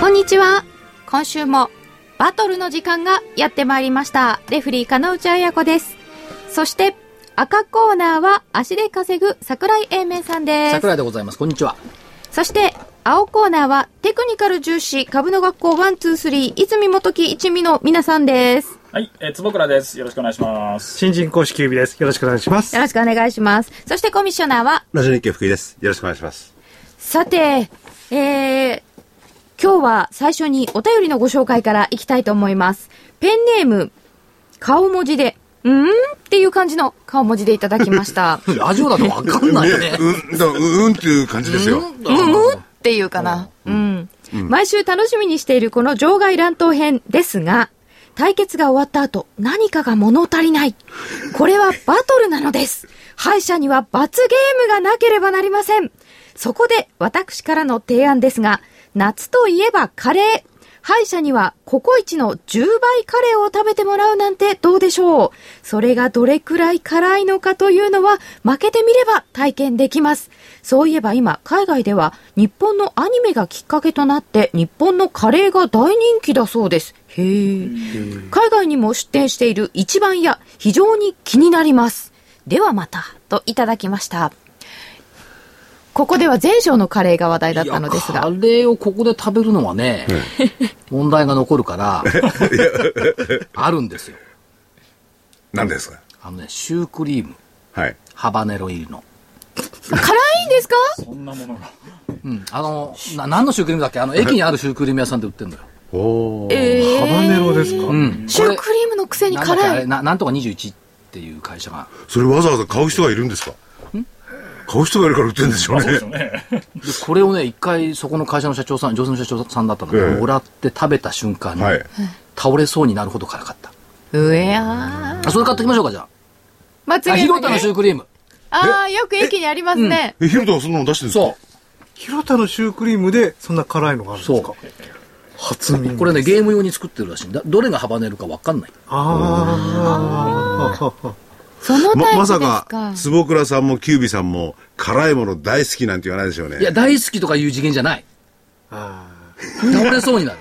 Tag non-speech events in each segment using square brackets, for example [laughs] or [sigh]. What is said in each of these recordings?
こんにちは。今週もバトルの時間がやってまいりました。レフリー金内彩子です。そして赤コーナーは足で稼ぐ桜井英明さんです。桜井でございますこんにちはそして青コーナーはテクニカル重視株の学校123泉元木一味の皆さんです。はい、えー、坪倉です。よろしくお願いします。新人公式指です。よろしくお願いしますよ。ろしくお願いします。そしてコミッショナーはラジオ日経福井です。よろしくお願いします。さて、えー、今日は最初にお便りのご紹介からいきたいと思います。ペンネーム、顔文字で、うーんっていう感じの顔文字でいただきました。ラジオだと分かんない [laughs] ねうん、だうん、うんっていう感じですよ。うんうんっていうかな。うん。毎週楽しみにしているこの場外乱闘編ですが、対決が終わった後、何かが物足りない。これはバトルなのです。敗者には罰ゲームがなければなりません。そこで私からの提案ですが、夏といえばカレー。敗者にはココイチの10倍カレーを食べてもらうなんてどうでしょうそれがどれくらい辛いのかというのは負けてみれば体験できます。そういえば今海外では日本のアニメがきっかけとなって日本のカレーが大人気だそうです。へえ。海外にも出店している一番屋非常に気になります。ではまた、といただきました。ここでは前章のカレーが話題だったのですいやカが。レーをここで食べるのは [laughs] ね、問題が残る [laughs] から、あるんですよ。何ですかあのね、シュークリーム、はい。ハバネロ入りの。辛いんですかそんなものが。うん。あの、な何のシュークリームだっけあの、駅にあるシュークリーム屋さんで売ってんだよ。おー。えハバネロですか、うん。シュークリームのくせになんだっけあ辛れい。ななんとか21っていう会社が。それわざわざ買う人がいるんですか買う人がいるから売ってんでしょうね。で、これをね、一回そこの会社の社長さん、女性の社長さんだったので、ええもらって食べた瞬間に、はい。倒れそうになるほど辛かった。うえやー。あそれ買ってきましょうか、じゃ松あ。あ、江ひろたのシュークリーム。ああ、よく駅にありますね。え、ヒロトはそんなの出してるんですかそう。広田のシュークリームでそんな辛いのがあるんですかそ初耳。これね、ゲーム用に作ってるらしいんだ。どれがハバネロかわかんない。あーあー。そのタイま、プでますさか。か、坪倉さんもキュービさんも、辛いもの大好きなんて言わないでしょうね。いや、大好きとかいう次元じゃない。倒れそうになる。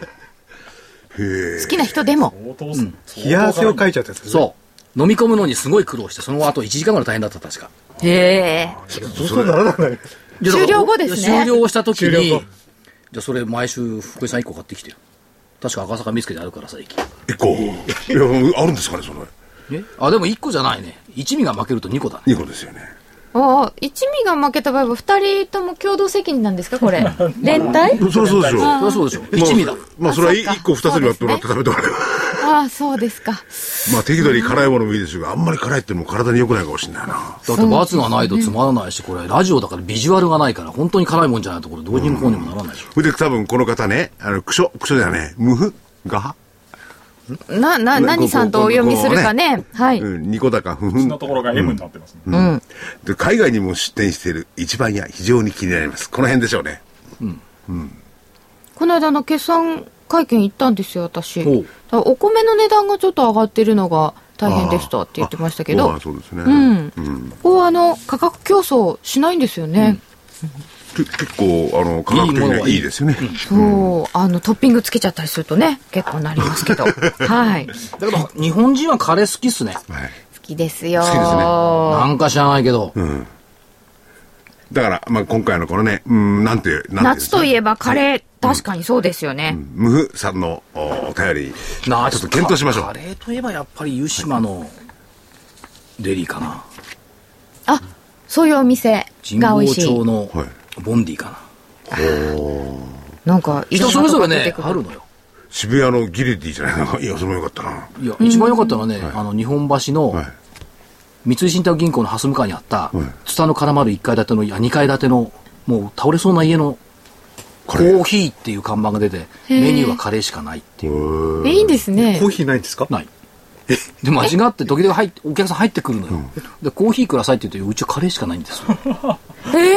好きな人でも。相当す、冷や汗をかいちゃったやつですね。そう。飲み込むのにすごい苦労して、その後1時間ぐらい大変だった、確か。へえ。そうそうならなくなります。いや終了後ですねいや終了した時終了に、じ後ゃあそれ毎週福井さん1個買ってきてよ。確か赤坂見つけてあるからさ、駅。一個。いや、うんあるんですかね、それ。えあ、でも1個じゃないね。一味が負けると2個だね。二個ですよね。おー一味が負けた場合は二人とも共同責任なんです [laughs] かこれ。連帯そりゃそうでそしょう。りゃそうでしょ。まあ一味だ。まあ、それはあそうか一個二つに割ってもらって食べてもらえば。ああ、そうですか。まあ、適度に辛いものもいいですが、あんまり辛いってのも体に良くないかもしれないな。だって罰がないとつまらないし、これラジオだからビジュアルがないから、本当に辛いもんじゃないとこれどうにもこうにもならないでしょ。それで多分この方ね、あの、くしょ、くしょじゃね、むふ、がは、な、な、ね何さんとお読みするかね。はい。うん、ニコだか、ふふんのところが M になってますね。うん。で海外にも出店している一番屋、非常に気になります。この辺でしょうね。この間の決算会見行ったんですよ、私。ほうだからお米の値段がちょっと上がってるのが大変でしたって言ってましたけあどあ、そうですね。うんうんここはあの、価格競争しないんですよね。け結構、あの、科学的にはいいですよね。そう、あの、トッピングつけちゃったりするとね、結構なります [laughs] けど。はい。好だけど、日本人はカレー好きっすね。はい。きですよ。好きですねなんか知らないけど。うん。だから、まあ、今回のこのね、うん、なんていう、なんて夏といえば。ばカレー、確かにそうですよね。むふさんのおお便り、なあちょっと検討しましょうカレーといえばやっぱり湯島のデリーかなあ、そういうお店神が保美味し町い。のはいボンディかな、なんか、いろ人そんなれとぞこれ出てねくあるる。のよ渋谷のギルディじゃないのいや、それもよかったな。いや一番良かったのはね、あの日本橋のはい。三井信託銀行の蓮向かいにあった、いツタの絡まる1階建てのいや2階建てのもう倒れそうな家のコこれーヒーっていう看板が出て、メニューはカレーしかないっていう。え、いいですねコ。ーヒーないんですかない。で、間違って時々入って、お客さん入ってくるのよ。で、コーヒーくださいって言うと、うちはカレーしかないんですよ。だかえ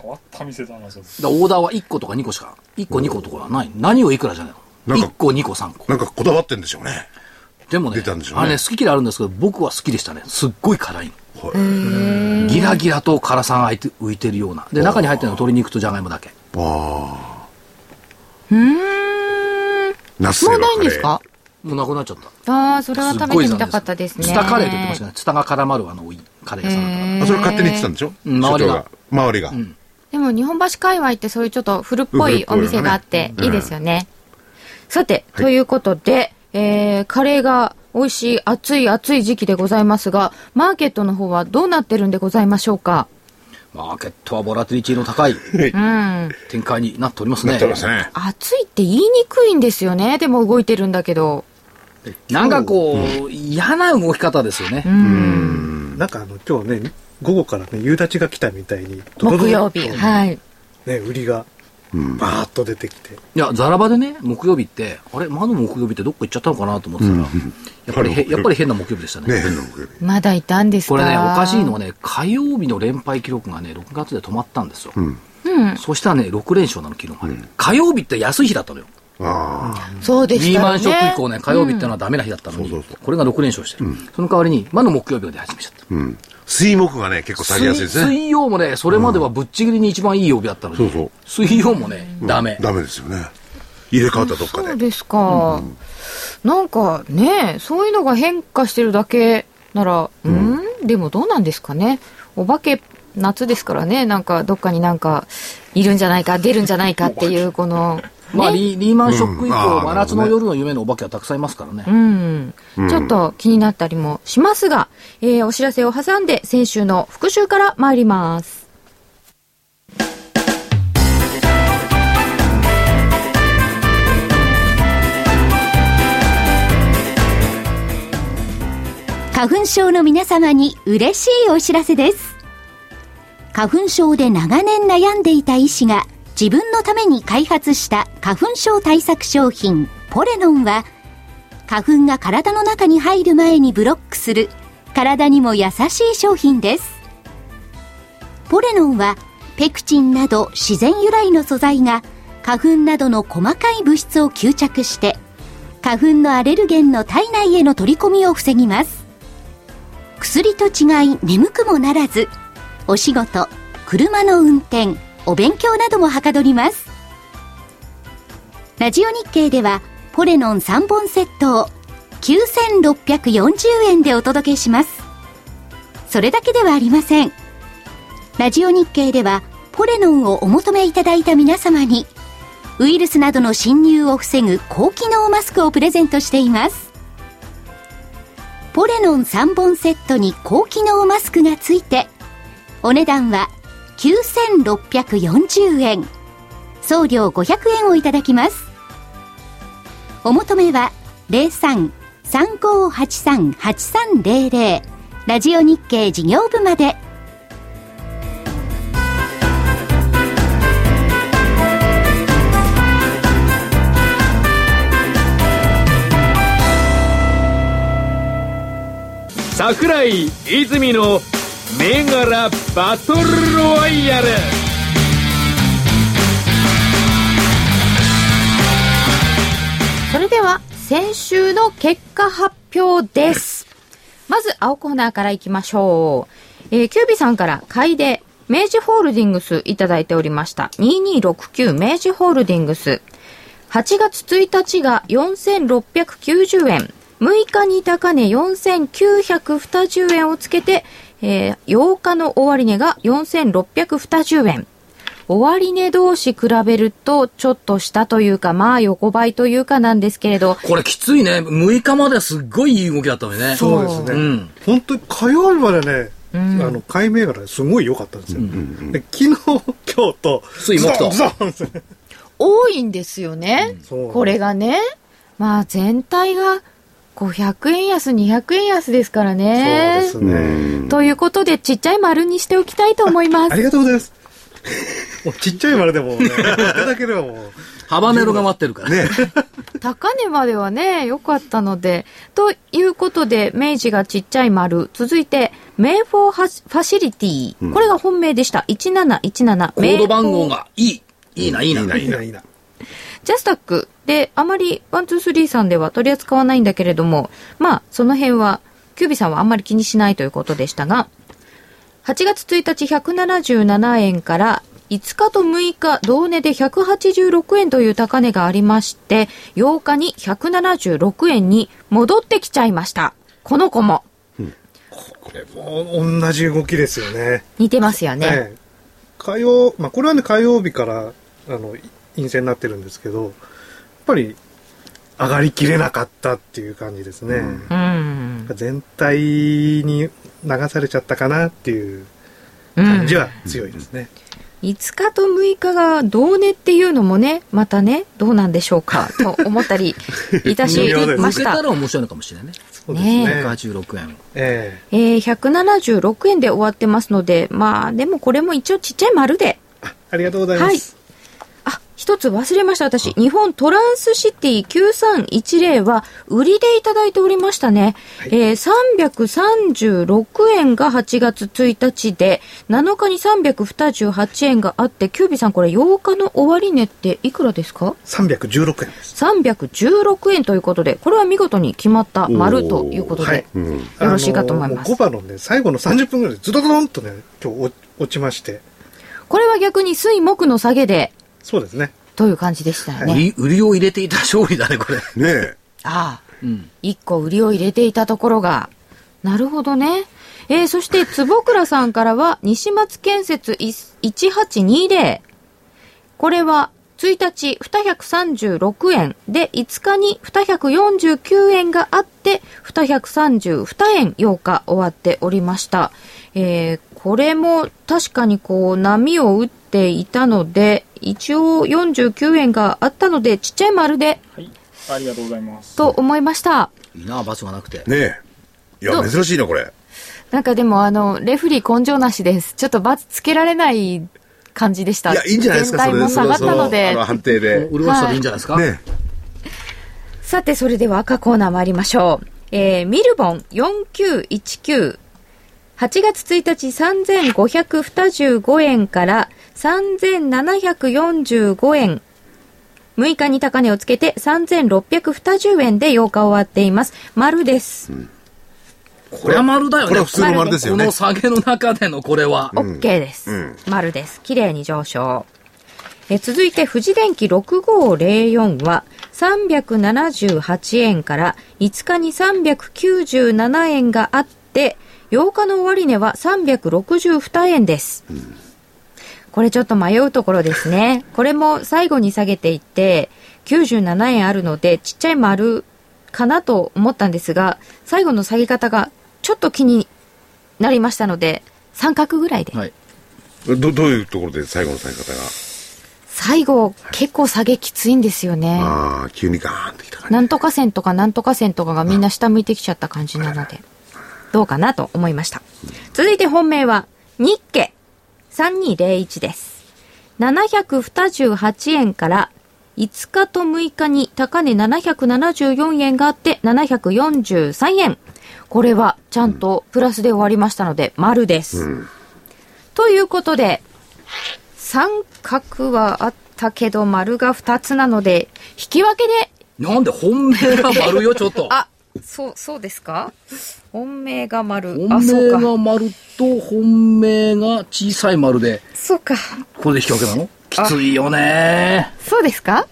変わった店だな、それ。らオーダーは1個とか2個しか、1個2個とかはない。何をいくらじゃないなのんか ?1 個2個3個。なんかこだわってんでしょうね。でもね出たんでしょうねあれね、好き嫌いあるんですけど、僕は好きでしたね。すっごい辛いの。ギラギラと辛さが浮いて浮いてるような。で、中に入ってるのは鶏肉とじゃがいもだけ。ああ。ー。うーん。ナスもうないんですかもうなくなっちゃった。ああ、それは食べてみたかったですね。ツタカレーって言ってましたね。ツタが絡まるあの、おいカレー屋さんだから。あそれ勝手に言ってたんでしょうん周りが所長周りが。でも日本橋界隈ってそういうちょっと古っぽいお店があっていいですよね。さて、ということで、えー、カレーが美味しい暑い暑い時期でございますが、マーケットの方はどうなってるんでございましょうかマーケットはボラティリティの高いうん。展開になっておりますね。なってますね。暑いって言いにくいんですよね。でも動いてるんだけど。なんかこう、嫌な動き方ですよね。うん。なんかあの、今日ね、午後からね、夕立が来たみたいに、ドドド木ド曜ッと日。はい。ね、売りが、バーッと出てきて。いや、ザラバでね、木曜日って、あれ、窓の木曜日ってどっか行っちゃったのかなと思ってたら、やっぱりへ、やっぱり変な木曜日でしたね。ね変な僕よりまだいたんですかこれね、おかしいのはね、火曜日の連敗記録がね、6月で止まったんですよ。うん。そしたらね、6連勝なの、昨日まで。火曜日って安い日だったのよ。あそうでしリーたよね。マンショック以降ね、火曜日ってのはダメな日だったのに、そうそうそうこれが6連勝してる。その代わりに、魔の木曜日が出始めちゃった。あ。うん。水木がね、結構下げやすいです水ね。水曜もね、それまではぶっちぎりに一番いい曜日だったのに、そうそう水曜もね、ダメ。ダメですよね。入れ替わったどっかそうで。ですか、なんかねそういうのが変化してるだけならうんでもどうなんですかねお化け夏ですからねなんかどっかになんかいるんじゃないか出るんじゃないかっていうこのまあリ、リーマンショック以うんあ降、ー真夏の夜の夢のお化けはたくさんいますからね。うん、ちょっと気になったりもしますが、えーお知らせを挟んで先週の復習から参ります花粉症の皆様に嬉しいお知らせです。花粉症で長年悩んでいた医師が自分のために開発した花粉症対策商品ポレノンは花粉が体の中に入る前にブロックする体にも優しい商品です。ポレノンはペクチンなど自然由来の素材が花粉などの細かい物質を吸着して花粉のアレルゲンの体内への取り込みを防ぎます薬と違い眠くもならずお仕事車の運転お勉強などもはかどりますラジオ日経ではポレノン3本セットを9640円でお届けしますそれだけではありませんラジオ日経ではポレノンをお求めいただいた皆様にウイルスなどの侵入を防ぐ高機能マスクをプレゼントしていますポレノン3本セットに高機能マスクがついてお値段は9640円送料500円をいただきますお求めは03-3583-8300ラジオ日経事業部まで桜井泉の銘柄バトルロワイヤルそれでは先週の結果発表です。まず青コーナーからいきましょう。えーキュービさんから買いで明治ホールディングスいただいておりました。2269明治ホールディングス。8月1日が4690円。6日に高値4920円をつけて、えー8日の終値が4620円。終値同士比べると、ちょっと下というか、まあ横ばいというかなんですけれど、これきついね。6日まですっごいいい動きだったのにね。そうそうですうね。ん。本当に火曜日までね、うんあの、買い銘柄すごい良かったんですよ。で昨日、今日と、水木とズドンズドンですね多いんですよね、そうこれがね、まあ全体が500円安、200円安ですからね。そうですね。ということで、ちっちゃい丸にしておきたいと思いまあす。りがとうございます。もうちっちゃい丸でもね、いただければもう。ハバネロが待ってるから。ね。高値まではね、良かったので。ということで、明治がちっちゃい丸。続いて、メイフォーファシファシリティ、これが本命でした。1717。コード番号名峰。がいい。いいな、いいな。いいな、いいな。ジャスタックで、あまり、ワン、ツー、スリーさんでは取り扱わないんだけれども、まあ、その辺は、キュービさんはあんまり気にしないということでしたが、8月1日177円から5日と6日同値で186円という高値がありまして8日に176円に戻ってきちゃいましたこの子ももう同じ動きですよね。似てますよね、ええ火曜、まあ、これはね、火曜日から、あの、い陰性になってるんですけど、やっぱり、上がりきれなかったっていう感じですね。うん全体に流されちゃったかなっていうう感んじは強いですね。 5日と6日が同値っていうのもねまたねどうなんでしょうかと思ったりいたしま抜けしたら面白いのかもしれないね。そうですね。 186円。ええー、176円で終わってますので、まあ、でもこれも一応ちっちゃい丸で。えありがとうございます。あ、一つ忘れました、私。日本トランスシティ9310は、売りでいただいておりましたね。えー、336円が8月1日で、7日に328円があって、キュービさん、これ8日の終値っていくらですか316円です。 316円ということで、これは見事に決まった丸ということで、はいうん。よろしいかと思いますあのもう5番のね、最後の30分ぐらいでズドドドンとね、今日落落ちまして。これは逆に水木の下げで、そうですね。という感じでしたよね。売り、売りを入れていた勝利だね、これ。ねえ。ああ、うん一個売りを入れていたところが。なるほどね。えー、そして、坪倉さんからは、西松建設い1820。これは、1日236円で、5日に249円があって、232円8日終わっておりました。えーこれも確かにこう、波を打っていたので、一応49円があったので、ちっちゃい丸で、はい。ありがとうございます。と思いました。いいな、罰がなくて。ねえ。いどや、う珍しいな、これ。なんかでもあの、レフリー根性なしです。ちょっと罰つけられない感じでした。いや、いいんじゃないですか、それ全体も下がったのそで。そあの判定で。売りましたでいいんじゃないですか。ねさて、それでは赤コーナー参りましょう。えー、ミルボン4919。8月1日3525円から3745円。6日に高値をつけて3620円で8日終わっています。丸です。これは丸だよね。これは普通の丸ですよこねの。下げの中でのこれは。 OK です。ん丸です。綺麗に上昇。え続いて、富士電機6504は、378円から5日に397円があって、8日の終値は362円です。これちょっと迷うところですね。これも最後に下げていって、97円あるので、ちっちゃい丸かなと思ったんですが、最後の下げ方がちょっと気になりましたので、三角ぐらいで。はい。ど、どういうところで最後の下げ方が。最後、結構下げきついんですよね。ああ、急にガーンってきた感じ。なんとか線とかなんとか線とかがみんな下向いてきちゃった感じなので、どうかなと思いました。続いて本命は、日経3201です。728円から5日と6日に高値774円があって743円。これはちゃんとプラスで終わりましたので、丸です。ということで、三角はあったけど丸が2つなので、引き分けでなんで本命が丸よ、ちょっと。あ、そう、そうですか本命が丸。あ、本そ命うか。が丸と本命が小さい丸で、そうか。これで引き分けなのきついよね。そうですか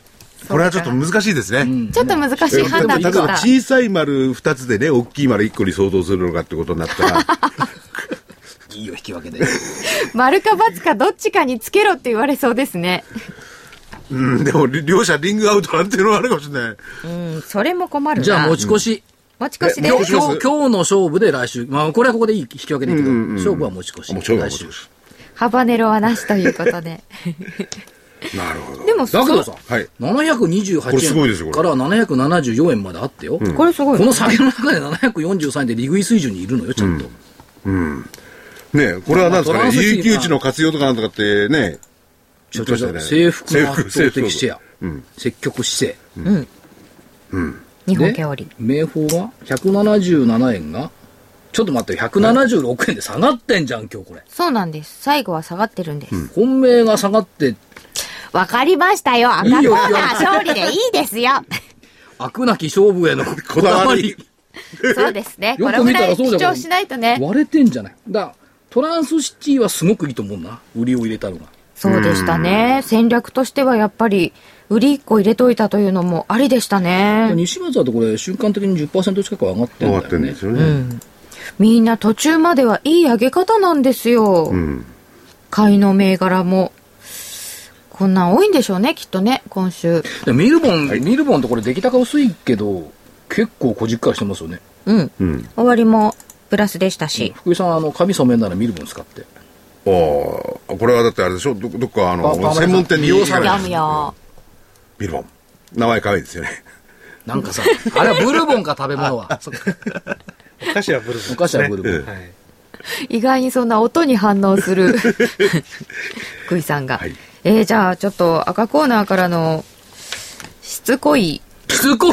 これはちょっと難しいですね。ちょっと難しえいー判断例でえしたば。小さい丸2つでね、大きい丸1個に相当するのかってことになったら、いいよ、引き分けで。丸か×かどっちかにつけろって言われそうですね。うん、でも両者リングアウトなんていうのはあるかもしれない。うん、それも困る [laughs] な。じゃあ持ち越し。持ち越しでえ今持日、ち越今日し今日の勝負で来週。まあ、これはここでいい、引き分けでいいけど、勝負は持ち越し。もう勝負は来週もちハバネロはなしということで。なるほど。でも、だけどさ、はい728これすごいですよ円こかれら774円まであってよ。これすご [laughs] い。この下げの中で743円で利食い水準にいるのよ、ちゃんと。ねこれは何ですトかランね、スシーバー有給地の活用とかなんとかってね、所長じゃ言ってました制よね服の圧倒的シェア、制服うん積極姿勢、うん。日本毛織で。名宝が177円がちょっと待ってよ176円で下がってんじゃん今日これそうなんです。最後は下がってるんです。本命が下がってわかりましたよ。赤コいいーよナー勝 [laughs] 利でいいですよ。悪なき勝負へのこ [laughs] こだだわわりりそうですね。こよれくぐ見らたいらそう主じゃ張しないとね。割れてんじゃないだからトランスシティはすごくいいと思うな売りを入れたのがそうでしたね。戦略としてはやっぱり、売り1個入れといたというのもありでしたね。西松だとこれ瞬間的に10%近く上がってん終だわよっねてんですようね。ん。みんな途中まではいい上げ方なんですよ。うん。買いの銘柄も。こんなん多いんでしょうね、きっとね、今週。でミルボン、ミルボンってこれ出来高薄いけど結構こじっかりしてますよねうん。うん。終わりもプラスでしたし。福井さんあの髪染めんならミルボン使ってああ、これはだってあれでしょど、どっかああパーマネの、専門店に用されやるむ。よ。ビルボン。名前可愛いですよね。なんかさあれはブルボンか食べ物 [laughs] はお菓子はブルボン、お菓子はブルボンン。はい。意外にそんな音に反応す [laughs] る福井さんが、はいえーじゃあちょっと赤コーナーからのしつこいしつこい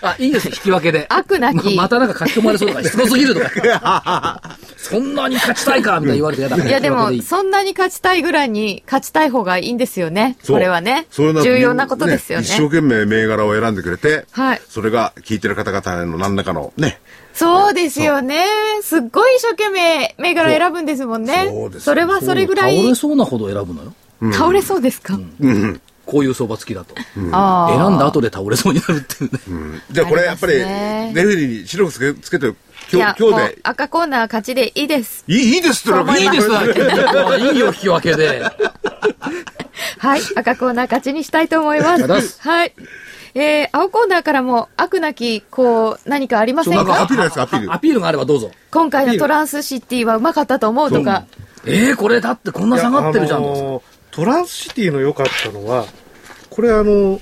あ、いいですね、引き分けで。悪なきままたなんか書き込まれそうとか、しつこすぎるとか。 [laughs] そんなに勝ちたいかみたいな言われてやだねいやでも引き分けそんなに勝ちたいぐらいに勝ちたい方がいいんですよねそうこれはねそれだと重要なことですよね一生懸命銘柄を選んでくれて、はいそれが聞いてる方々への何らかのね、そうですよねすっごい一生懸命銘柄選ぶんですもんねそうですれはそれぐらい倒れそうなほど選ぶのよ。倒れそうですか、こういう相場付きだと。あー選んだ後で倒れそうになるっていう [laughs] ね。じゃあこれあやりっますぱねり、レフェリーに白くつけつけて、い今や日、今も日う赤コーナー勝ちでいいですで、いいいいですっていいです [laughs] これいいよ、引き分けで。はい、赤コーナー勝ちにしたいと思いま。ありがとうございますはい。えー、青コーナーからも、悪なき、こう、何かありませんなんかかアピールですか、アピールア。ピールがあればどうぞ。今回のトランスシティはうまかったと思うとか。えー、これだってこんない下やがってるじゃん。あのートランスシティの良かったのは、これあの、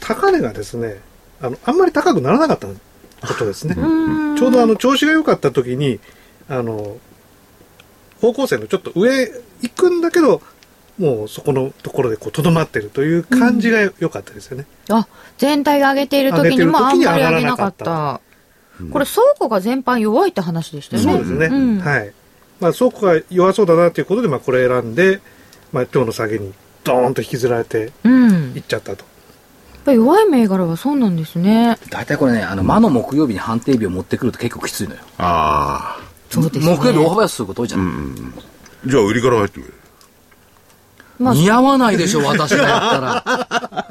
高値がですね、あの、あんまり高くならなかったことですね。ちょうどあの、調子が良かった時に、あの、方向性のちょっと上行くんだけど、もうそこのところでこう、とどまってるという感じが良かったですよね。あ、全体が上げている時にもあ上んげてまりる時に上上げげなかなかっったた。これ倉庫が全般弱いって話でしたよね。そうですね。うんはい。まあ、倉庫が弱そうだなということで、まあ、これ選んで、まあ、今日の下げに、ドーンと引きずられてうん。いやっっちゃったと。ぱ弱い銘柄はそうなんですね。大体これね、あの、魔の木曜日に判定日を持ってくると結構きついのよ。ああ。そうですね木曜日大幅安すること多いじゃん。じゃあ売りから入ってくれ。まあ似合わないでしょ、私がやったら。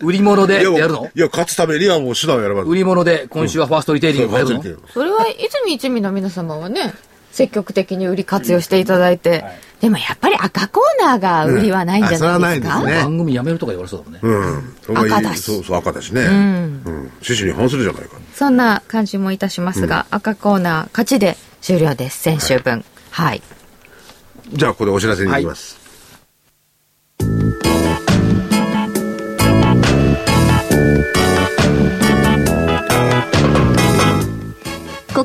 売り物でいもうやるのいや、勝つためにはもう手段を選ばず。売り物で今週はファーストリテイリングをやるの、それは泉一味の皆様はね、積極的に売り活用していただいて、でもやっぱり赤コーナーが売りはないんじゃないですか、うんあそれはないですね番組やめるとか言われそうだもんね、うん。それがいい赤だしそうそう、赤だしね。んうん。趣旨に反するじゃないか。そんな感じもいたしますが、赤コーナー勝ちで終了です先週分はい、じゃあ、ここでお知らせに行きます。こ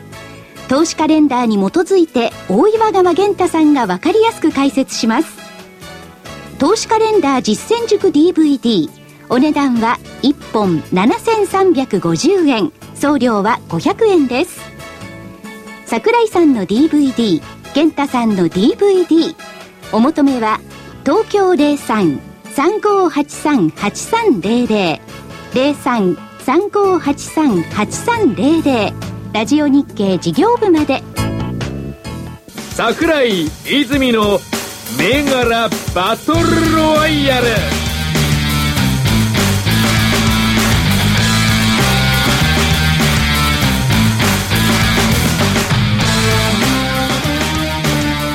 投資カレンダーに基づいて大岩川源太さんが分かりやすく解説します投資カレンダー実践塾 DVD お値段は1本7350円送料は500円です桜井さんの DVD 健太さんの DVD お求めは東京03-3583-8300 03-3583-8300 3583-8300ラジオ日経事業部まで桜井泉の銘柄バトルロワイヤル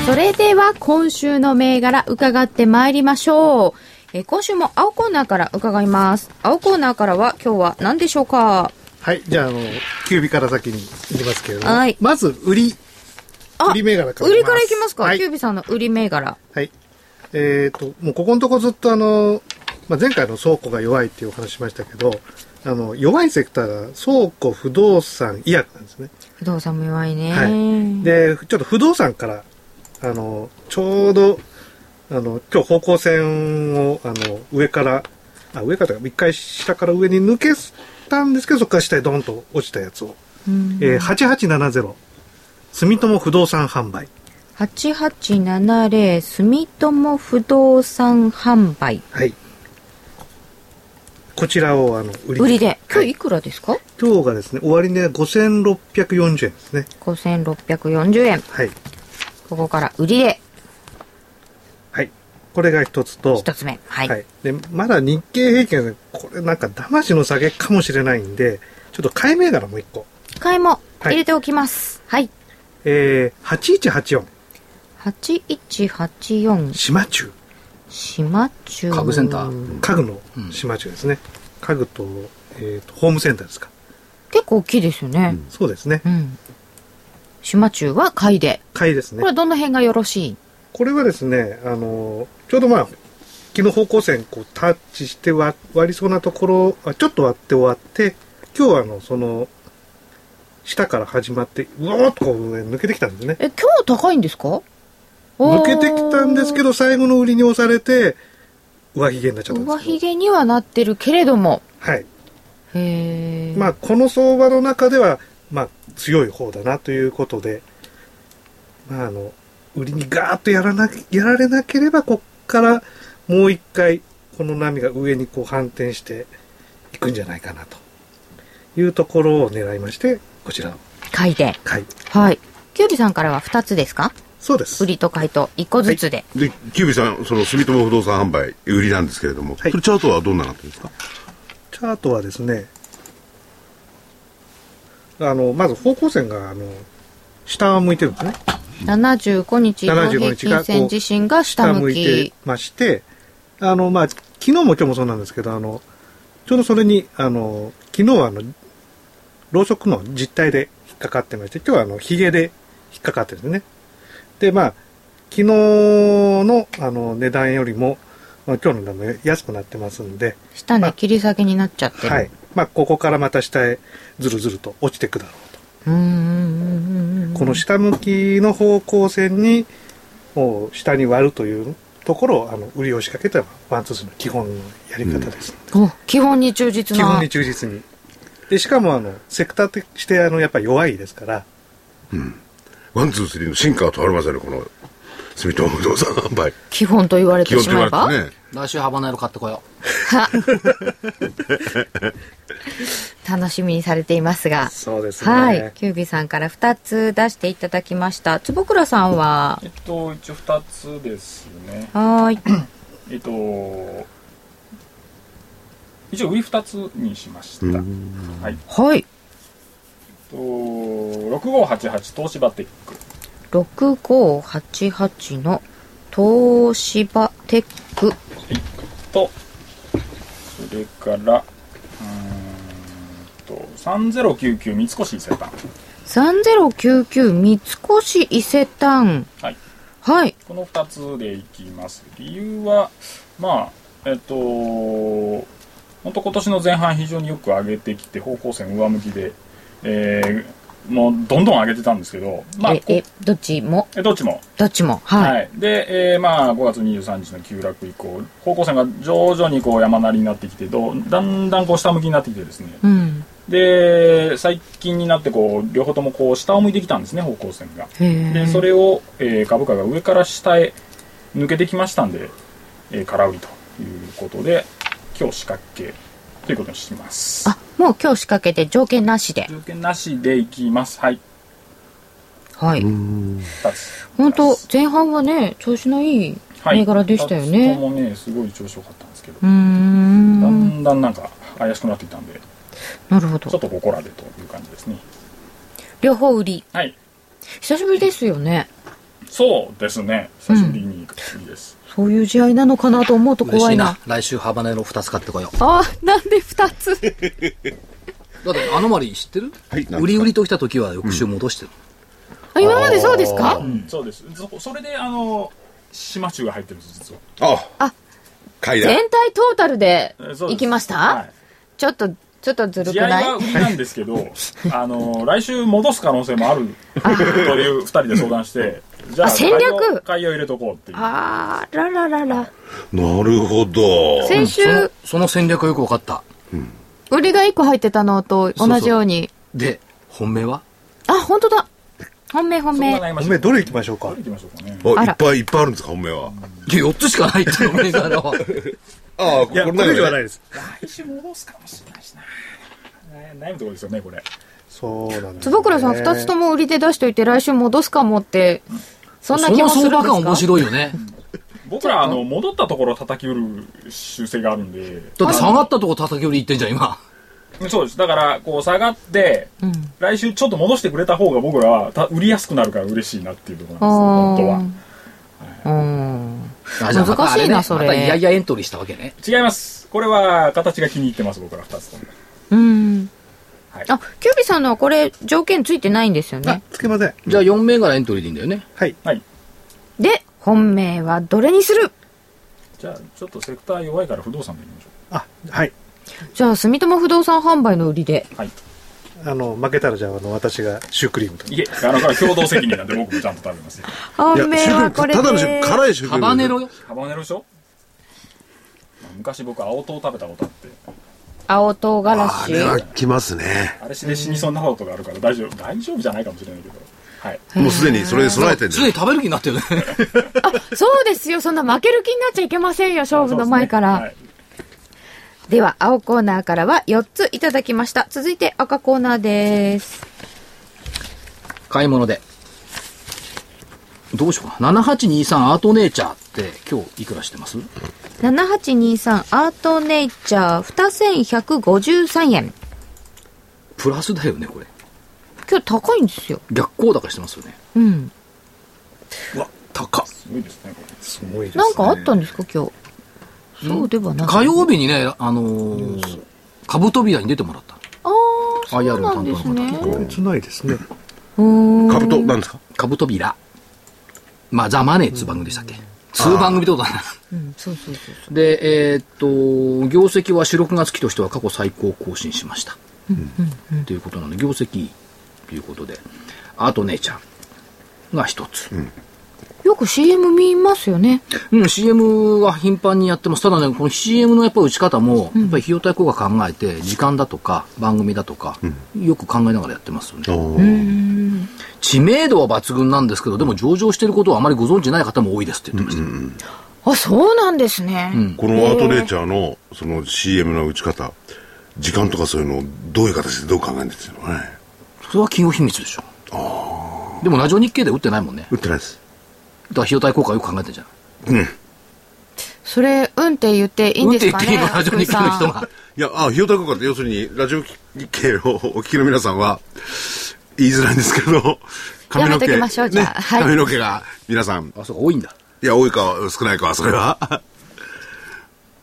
それでは今週の銘柄伺ってまいりましょう。えー今週も青コーナーから伺います。青コーナーからは今日は何でしょうかはい、じゃあ、あの、キュービから先に行きますけれども、はいまず、売り、あ売り銘柄から売りからいきますか、はいキュービさんの売り銘柄。はい。えっ、と、もうここのとこずっとあの、まあ、前回の倉庫が弱いっていうお話しましたけど、あの、弱いセクターが倉庫、不動産、医薬なんですね。不動産も弱いね。はい。で、ちょっと不動産から、あの、ちょうど、あの、今日方向線を、あの、上から、あ、上からというか、一回下から上に抜けたんですけど、そこから下へドンと落ちたやつを。うんえー、8870、住友不動産販売。 8870住友不動産販売。はい。こちらを、あの、売り売りで。今は日いい。くらですか今日がですね、終値が5640円ですね。 ?5640 円。はい。ここから売りではい。これが一つと、一つ目。はい。はい。で、まだ日経平均はね、これなんか騙しの下げかもしれないんで、ちょっと買い銘柄もう一個。買いもはい入れておきます。はい。えー、8184、 8184島中。島中。家具センター。家具の島中ですね。家具と、えーと、ホームセンターですか。結構大きいですよね。そうですね。うん。島中は買いで。買いですねこれ。はどの辺がよろしいこれはですね、あのちょうどまあ、昨日方向線こうタッチして割割りそうなところあちょっと割って終わって、今日はあの、その、下から始まって、うおーっとこう、ね、抜けてきたんですね。え、今日高いんですか抜けてきたんですけど。ど、最後の売りに押されて、上髭になっちゃったんです上けど。髭にはなってるけれども。はい。へえ。まあ、この相場の中では、まあ、強い方だなということで、まあ、あの、売りにガーッとやらな、やられなければ、こっからもう一回、この波が上にこう反転していくんじゃないかなというところを狙いまして、こちらの買いで。買い。はい。キュービさんからは2つですかそうです。売りと買いと1個ずつで。で、キュービーさん、その住友不動産販売、売りなんですけれども、はいそれチャートはどんなのだったんですかチャートはですね、あの、まず方向線が、あの、下を向いてるんですね。 75日移動75平均日がこう線自身が下下向向いきて。まして、あの、まあ、昨日も今日もそうなんですけど、あの、ちょうどそれに、あの、昨日はあの、ろうそくの実体で引っかかってまして、今日はあの、ヒゲで引っかかってるんですね。で、まあ、昨日の、あの、値段よりも、まあ、今日の値段も安くなってますんで、下まね、あ切り下げになっちゃってる。はい。まあ、ここからまた下へずるずると落ちていくだろうと。うんうんうんうんうん。この下向きの方向線に、もう下に割るというところを、あの、売りを仕掛けたのがワンツースの基本のやり方です。お基本に忠実基な本に忠実に。で、しかも、あの、セクターとして、あの、やっぱ弱いですから、ワン、ツー、スリーの進化は問われませんね、この住友不動産販売。基本と言われ基て本しと言まえば、われてね。来週ハバナエロ買ってこよう。楽しみにされていますが、そうですね。はいキュービーさんから2つ出していただきました坪倉さんはえっと、一応二つですね。はーいえっと、一応売り二つにしました。はい。はいえっと、6588東芝テック。 6588の東芝テックと、それから、うーんと、3099三越伊勢丹。 3099三越伊勢丹はい。はいこの2つでいきます理由はまあえっと本当今年の前半非常によく上げてきて方向線上向きで、えーもうどんどん上げてたんですけどまあえこえどっちもえどっちもどっちもはい、はい、で、えーまあ、5月23日の急落以降方向線が徐々にこう山なりになってきてどうだんだんこう下向きになってきてですねうんで最近になってこう両方ともこう下を向いてきたんですね方向線がへーでそれを、えー株価が上から下へ抜けてきましたんで、えー空売りということで今日仕掛けということにしますあもう今日仕掛けて条件なしで。条件なしでいきます。はい。はい。二つ。本当前半はね、調子のいいはい。銘柄でしたよ二つとね。もね、すごい調子良かったんですけど、うーだん。んだんなんか怪しくなってきたんで、ちなるほょっど。とここらでという感じですね。両方売り。はい。久しぶりですよね。そうですね。久しぶりにいいです。そういう試合なのかなと思うと嬉怖しいいな。な。来週、ハバネロ2つ買ってこよう。あー、なんで二つだって、アノマリー知ってるはいなんですか売り売りときた時は翌週戻してる。あ今までそうですかそうです。そそれで、あの、島中が入ってるんです、実は。ああ階段全体トータルでえそうです行きました、はいちょっと、ちょっとずるく試合ないは売りなんですけ [laughs] ど、あの来週戻す可能性もあるという2人で相談して、じゃあ、あ戦略買いを買いを入れとこうっていう。あーらららら。なるほど先週、そのその戦略はよく分かった。売りが1個入ってたのと同じように。で、本命はあ、本当だ。本命本そこが悩命。ましおいめえどれ行きましょうかどれ行きましょうかね。ああいらっぱいいっぱいあるんですか本命はいや、4つしかないっていう銘 [laughs] 柄は。ああこいや、これ以上はないです。来週戻すかもしれないしな。悩むところですよね、これ。そうなんです、ね。坪倉さん2つとも売りで出しといて来週戻すかもって、そんなそ気のもす相るんで場すか感面白いよね。僕ら、あの戻ったところを叩き売る習性があるんで、だって下がったとこ叩き売り行ってんじゃん、今。そうです。だから、こう下がって、来週ちょっと戻してくれた方が僕らはた売りやすくなるから嬉しいなっていうところなんですよ、本あーうんあじゃあまたあ難しいなねそれまたいやいやエントリーしたわけね。当は。違います。これは形が気に入ってます、僕ら2つとも。うん。はいあ、キュービーさんのはこれ条件ついてないんですよあね。、つけません。じゃあ4銘柄エントリーでいいんだよね。はい。はい。で、本命はどれにするじゃあ、ちょっとセクター弱いから不動産でいきましょあ、はい。じゃあ、住友不動産販売の売りで。う。はい。あの、負けたらじゃあ、あの、私がシュークリームと。いえ、あの、これは共同責任なんで僕もちゃんと食べます。い本や命シュはークリこれームただのシューで。ク辛いシュークハリームバネロよ。ハバネロでしょ昔僕、青唐食べたことあって、青唐辛あれは子。来ますねあれ死で死にそうになことがあるから大丈夫、大丈夫じゃないかもしれないけど。はい。もうすでにそれに備えてるんすでに食べる気になってるね。そうですよ。そんな負ける気になっちゃいけませんよ。勝負の前から。そうですねでは、青コーナーからは4ついただきました。続いて赤コーナーです。買い物で。どうしようかな。7823アートネイチャーって今日いくらしてます7823アートネイチャー2153円。プラスだよね、これ。今日高いんですよ。逆光高してますよね。うん。うわ、高っ。すごいですね、これ。すごいですね。なんかあったんですか、今日。そうではなく。火曜日にね、あのー、株扉に出てもらった。ああ、そ IR うのな担当んでのす方ね。つないですね。うーん株となんですか株扉。まあ、ザ・マネーっつう番組でしたっけ。つう番組ってことだな。うん、そうそうそうそで、えーっと、業績は4、6月期としては過去最高を更新しました。ということなので、業績いいということで、あと姉ちゃんが一つ。う。よく CM 見ますよね。うん、CM は頻繁にやってます。ただね、この CM のやっぱり打ち方も、やっぱり費用対効果考えて、時間だとか、番組だとか、よく考えながらやってますよね。おー知名度は抜群なんですけど、でも上場していることはあまりご存知ない方も多いですって言ってました。あ、そうなんですね。このアートネイチャーのその CM の打ち方時間とかそういうのをどういう形でどう考えるんですよねそれは企業秘密でしょ。でもラジオ日経で打ってないもんね。だか打ってないですら費用対効果はよく考えてんじゃん。それ、うんって言っていいんですかうんって言っね。ていいのラジオ日記の人が。いや、あ、ひよたこかって、要するに、ラジオ日経をお聞きの皆さんは、言いづらいんですけど、髪の毛、やめときましょうじゃあはい髪の毛が、皆さん、あ、そうか、多いんだ。いや、多いか少ないかは、それは。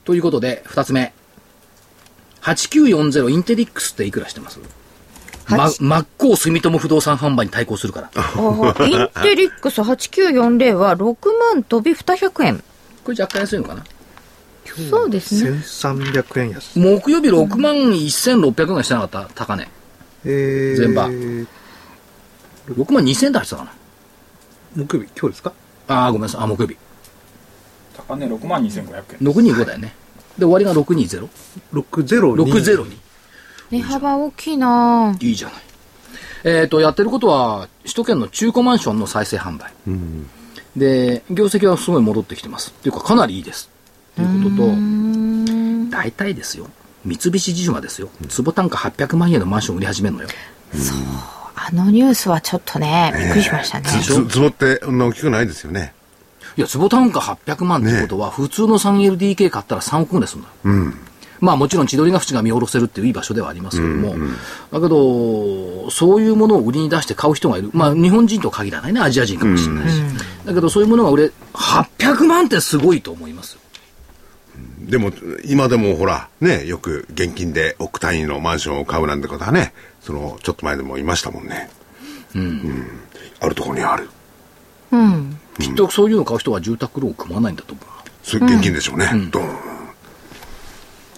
ということで、二つ目。8940インテリックスっていくらしてますま、真っ向住友不動産販売に対抗するから。あーインテリックス8940は6万飛び200円。これ若干安いのかなそうですね。 1300円安。木曜日6万1600円がしてなかった高値。えー、全場6万2000円出してたかな木曜日、今日ですかあーごめんなさい。あ、木曜日。高値6万2500円。 625だよね。で、終わりが 620?602。 ?602。値幅大きいないいじゃない。えっ、と、やってることは、首都圏の中古マンションの再生販売。で、業績はすごい戻ってきてます。っていうか、かなりいいです。ということと、大体ですよ。三菱自動車ですよ坪単価800万円のマンション売り始めるのよあのニュースはちょっとね、びっくりしましたね。ずずズボってそんな大きくないですよね。いや坪単価800万ってことは、普通の 3LDK 買ったら3億ぐらいするのようん。まあもちろん千鳥ヶ淵が見下ろせるっていういい場所ではありますけども、だけど、そういうものを売りに出して買う人がいる。まあ日本人とは限らないね、アジア人かもしれないし。だけどそういうものが売れ、800万ってすごいと思いますよ。でも、今でもほら、ね、よく現金で億単位のマンションを買うなんてことはね、その、ちょっと前でもいましたもんね。うん。あるところにある。うん。きっとそういうのを買う人は住宅ローンを組まないんだと思う。それ現金でしょうね。ドーン。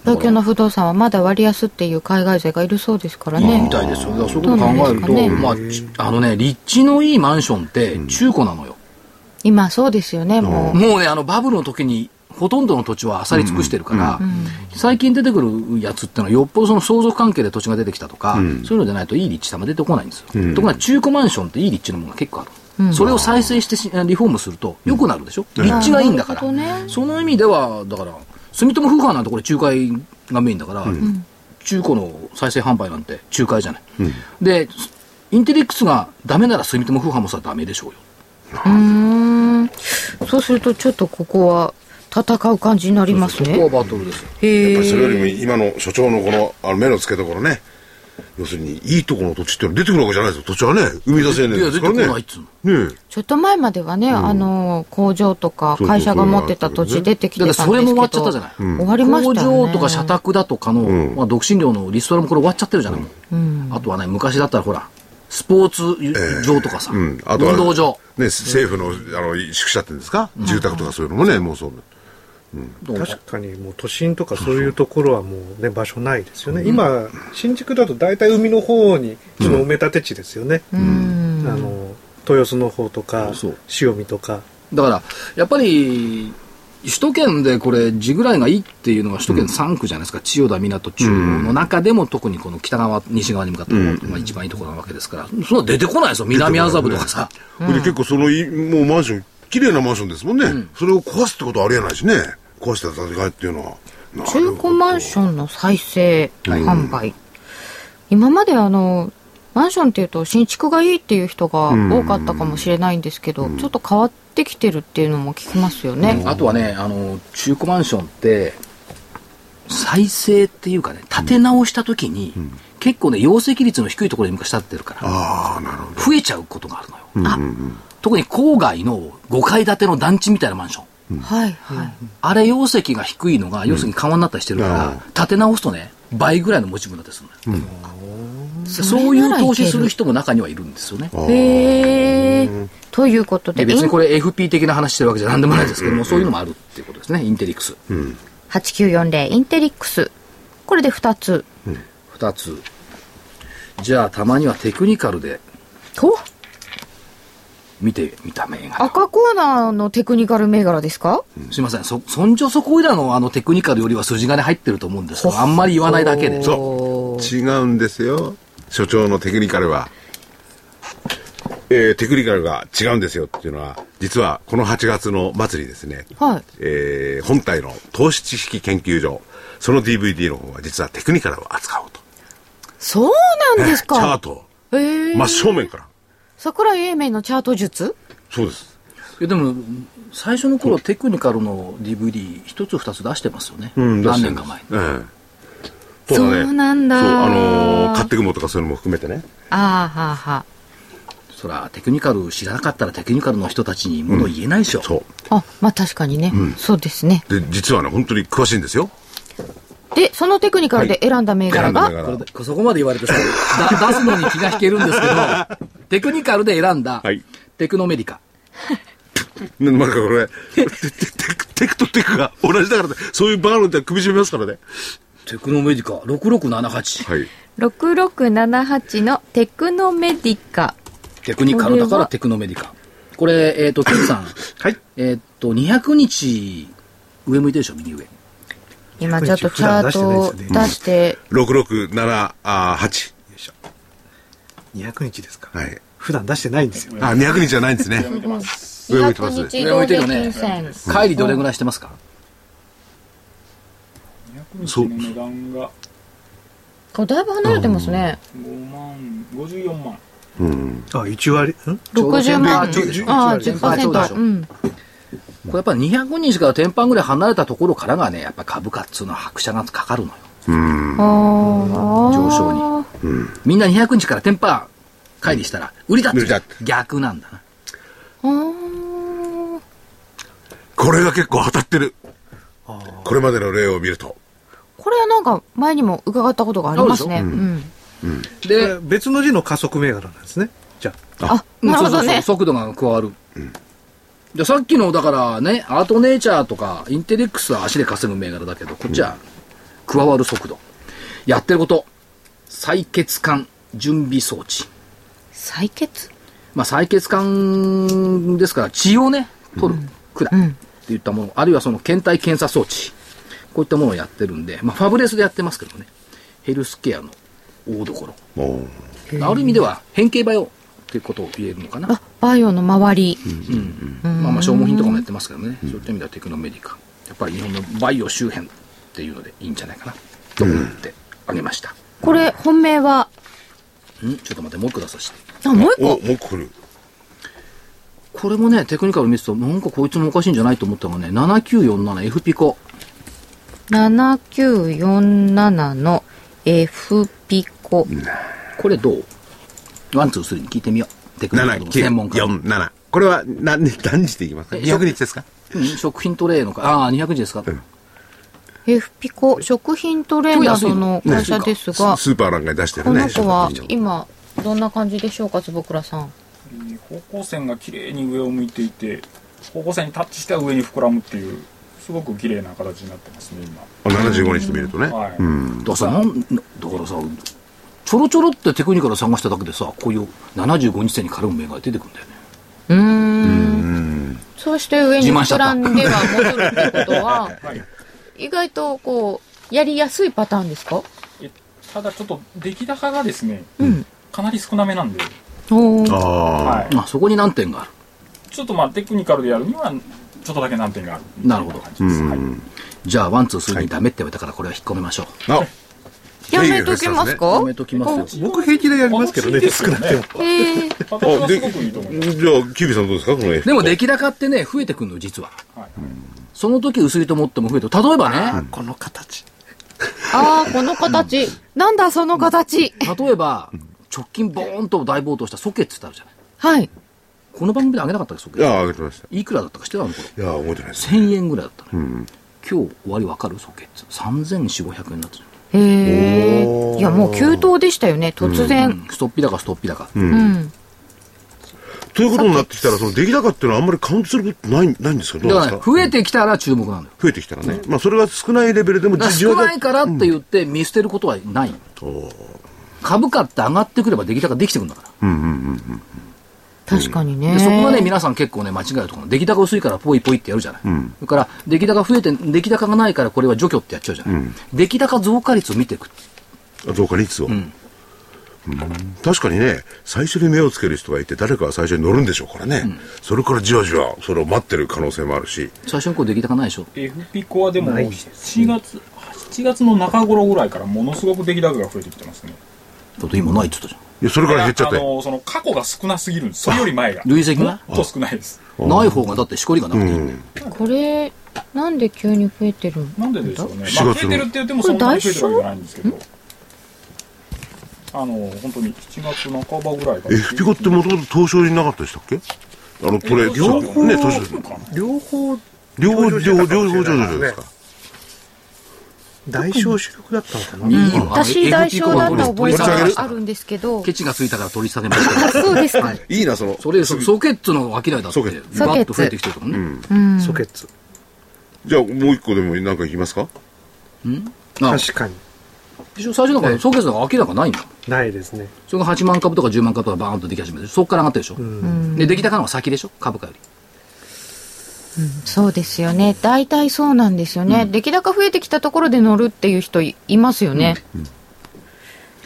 東京の不動産はまだ割安っていう海外勢がいるそうですからねみ。たいですよ。だからそういうことを考えると、そうまあ、ちあのね、立地のいいマンションって中古なのよ。今そうですよね、もう。もうね、あのバブルの時に、ほとんどの土地は漁り尽くしてるから、最近出てくるやつってのは、よっぽどその相続関係で土地が出てきたとか、そういうのじゃないといい立地様出てこないんですよ。ところが中古マンションっていい立地のものが結構ある。それを再生してしリフォームすると良くなるでしょ、立地がいいんだから、なるほどねその意味ではだから住友夫婦なんてこれ仲介がメインだから、中古の再生販売なんて仲介じゃない、でインテリックスがダメなら住友夫婦もさダメでしょうようーん。そうするとちょっとここは戦う感じになりますここね。はバトルですよへやっぱりそれよりえ。も今の所長のこのあの目の付けどころね要するにいいところの土地ってのは出てくるわけじゃないですよ土地はね生み出せねえんですからいや出てねこないっつうねえちょっと前まではね、あの、工場とかそうそう会社が持ってた土地出てきてたんですけど。だからそれも終わっちゃったじゃない終わりまし工たよね。場とか社宅だとかの、まあ、独身寮のリストラもこれ終わっちゃってるじゃない、あとはね昔だったらほらスポーツ場とかさ、うんあとは運動場ね政府のあの宿舎っていうんですか住宅とかそういうのもねもうそう確かにもう都心とかそういうところはもうね場所ないですよね、今新宿だと大体海の方にその埋め立て地ですよね、あの豊洲の方とかそう塩見とかだから、やっぱり、首都圏でこれ、地ぐらいがいいっていうのが首都圏3区じゃないですか、千代田、港、中央の中でも特にこの北側、西側に向かってが一番いいところなわけですから、そんな出てこないですよ、南麻布とかさ。それで結構そのいもうマンション綺麗なマンションですもんね、それを壊すってことはありえないしね壊して建て替えっていうのはなるほ中ど古マンションの再生販売、今まであのマンションっていうと新築がいいっていう人が多かったかもしれないんですけど、ちょっと変わってきてるっていうのも聞きますよね、あとはね、あの、中古マンションって、再生っていうかね、建て直した時に、結構ね、容積率の低いところに昔建ってるから、ああなるほど増えちゃうことがあるのよ。特に郊外の5階建ての団地みたいなマンション。はいはい、あれ、容積が低いのが、容積緩和になったりしてるから、うん立て直すとね、倍ぐらいの持ち分になったりするのよ、でそういう投資する人も中にはいるんですよね。へえということでで別にこれ FP 的な話してるわけじゃ何でもないですけども、そういうのもあるっていうことですね、インテリックス。 8940インテリックスこれで2つ二つ。じゃあ、たまにはテクニカルでと見てみた銘柄。赤コーナーのテクニカル銘柄ですかすいません、そ、そんじょそこいらのあのテクニカルよりは筋金入ってると思うんですけど、ほっあんまり言わないだけで。そう違うんですよ所長のテクニカルは、えーテクニカルが違うんですよっていうのは実はこの8月の祭りですね、はいえー本体の投資知識研究所その DVD の方は実はテクニカルを扱おうとそうなんですチャーかトをへえ真正面から桜井英明のチャート術そうですいやでも最初の頃テクニカルの DVD 一つ二つ出してますよね、何年か前にええそうだねなんだそうあのー買ってくもとかそういうのも含めてねあーはーはそらテクニカル知らなかったらテクニカルの人たちにもの言えないでしょ、そあまあ確かにね、そうですねうで実はね本当に詳しいんですよでそのテクニカルで選んだ銘柄が、選んだ銘柄これでそこまで言われてさだ出 [laughs] すのに気が引けるんですけどテクニカルで選んだ、はいテクノメディカねなんかこれ、テテテクテクとテクが同じだからね、そういうバーのって首絞めますからね。テクノメディカ6678はい。 6678のテクノメディカテクニカルだこかられはテクノメディカこれえっ、と金さんはいえっと200日上向いてるでしょ右上今ちょっとチャートを出して667、あ8。 200日ですか、はい。普段出してないんですよあ、200日じゃないんですね。上向いてます200日移動平均線帰りどれぐらいしてますか、そ道うの値段があだいぶ離れてますね。 5万54万うん。あ、1割、んちょうど60あ万。ちょうどでしょああ、ちょどでうしょあちょうどでし10%。ょうん。これやっぱり200人しか天板ぐらい離れたところからがね、やっぱ株価っつうのは拍車がかかるのよ。うん。ああ。上昇に。うん。みんな200日から天板乖離したら、売りだっ売てりだって逆なんだな。ああ。これが結構当たってる。これまでの例を見ると。これはなんか前にも伺ったことがありますね。あうるでしょん。こでれ、別の字の加速銘柄なんですね。じゃあ、なるほどね。速度が加わる。でさっきの、だからね、アートネイチャーとか、インテリックスは足で稼ぐ銘柄だけど、こっちは加わる速度。やってること、採血管準備装置。採血まあ、採血管ですから、血をね、取る、管うっん。ていったもの、あるいはその検体検査装置、こういったものをやってるんで、まあ、ファブレスでやってますけどね、ヘルスケアの大所。おーある意味では、変形バイオっていうことを言えるのかな。あ、バイオの周り。まあまあ消耗品とかもやってますけどね、そういった意味ではテクノメディカやっぱり日本のバイオ周辺っていうのでいいんじゃないかなと思ってあげました、これ、本命は、んちょっと待ってもう一個出させてあ、もう一お、も個。う一個来る。これもねテクニカル見てるとなんかこいつもおかしいんじゃないと思ったのがね 7947F ピコ7947の F ピコ。これどうワンツースリーに聞いてみようテクニカ7、ルの専9、門家、 4、7。これは何日、何日でいきますかえ ?200 日ですかうん食品トレーのかああ200時ですか、ん F ピコ、食品トレーナーの会社ですスが、スーパーなんかに出してるこね。の子は今、どんな感じでしょうか、坪倉さん。えー方向線が綺麗に上を向いていて方向線にタッチしては上に膨らむっていうすごく綺麗な形になってますねあ75日で見るとね。はいうだん。からさなんだからさちょろちょろってテクニカル探しただけでさこういう75日線に絡む銘柄出てくるんだよねうーん。そうして上に自慢しちゃった膨らんでは戻るってことは、今、はい意外とこう、やりやすいパターンですかえただちょっと出来高がですねうん。かなり少なめなんで、おーああ。はい、まあそこに難点があるちょっとまあテクニカルでやるにはちょっとだけ難点があるみたい感じうですはいん。じゃあ、ワン、ツー、スリーにダメって言われたから、これは引っ込めましょう。あやめときますかやめときますあ、よ。僕平気でやりますけどね、楽しいです少よなねくても。ええ形はすごくいいと思いじますゃあ、キュービーさんどうですかこの F でも、出来高ってね、増えてくんの、実は。はいその時薄いと思っても増えてる。例えばね、この形。ああ、この形。なんだ、その形。例えば、直近ボーンと大暴騰したソケッツってあるじゃない。はい。この番組で上げなかったっけソケいッツ。や、上げてました。いくらだったか知ってたのこれ。いや、覚えてないです。 1000円ぐらいだったのようん今日終わりわかるソケッツ。3400、500円になってる。へえおーいや、もう急騰でしたよね、突う然。ん、ストッピだかストッピだか。う。うんん。ということになってきたら、その出来高っていうのはあんまりカウントすることない、ないんですかどだうからなんでねす、か増えてきたら注目なのよ。増えてきたらね。まあ、それが少ないレベルでもだから需要少がないからって言って見捨てることはない。おー株価って上がってくれば出来高できてくるんだから。うんうんうんうん。確かにね。でそこがね、皆さん結構ね、間違えるところ、出来高薄いからポイポイってやるじゃない。んだから、出来高増えて、出来高がないからこれは除去ってやっちゃうじゃない。うん出来高増加率を見ていく。あ増加率を、んうん確かにね最初に目をつける人がいて誰かが最初に乗るんでしょうからね、それからじわじわそれを待ってる可能性もあるし最初にこう出来高ないでしょ。 F ピコはでも7月7月の中頃ぐらいからものすごく出来高が増えてきてますねちょっと今ないって言ったじいやそれから減っちゃってあのその過去が少なすぎるんですそれより前がゃん。累積がもっと少ないですない方がだってしこりがなくていい、うんこれ、なんで急に増えてるんなんででしょうね、まあ、 4増え月のてるって言ってもそんなに増えてるわけじゃないんですけどあの本当に7月半ばぐらいから F ピコってもともと東証になかったでしたっけあのこれ両方ね東証両方、両方上場両方してたかもしれ上ない場ですか大小主力だったのかな。いいよ私、代償だった覚え持ち上げがるあるんですけど。ケチがついたから取り下げましたけど。そうですか。いいなそのそれ、そソケッツの商いだって、ソケバッツッと増えてきてるとかね。うん。ソケッツ。じゃあもう一個でもなんかいきますかあ確かに。でしょ最初なんかソケッツなんか明らかないんだもんないですね。それが8万株とか10万株とかバーンとでき始めて、そこから上がってるでしょ。うんで、出来高の方が先でしょ、株価より。そうですよね。大体そうなんですよね。出来高増えてきたところで乗るっていう人いいますよね。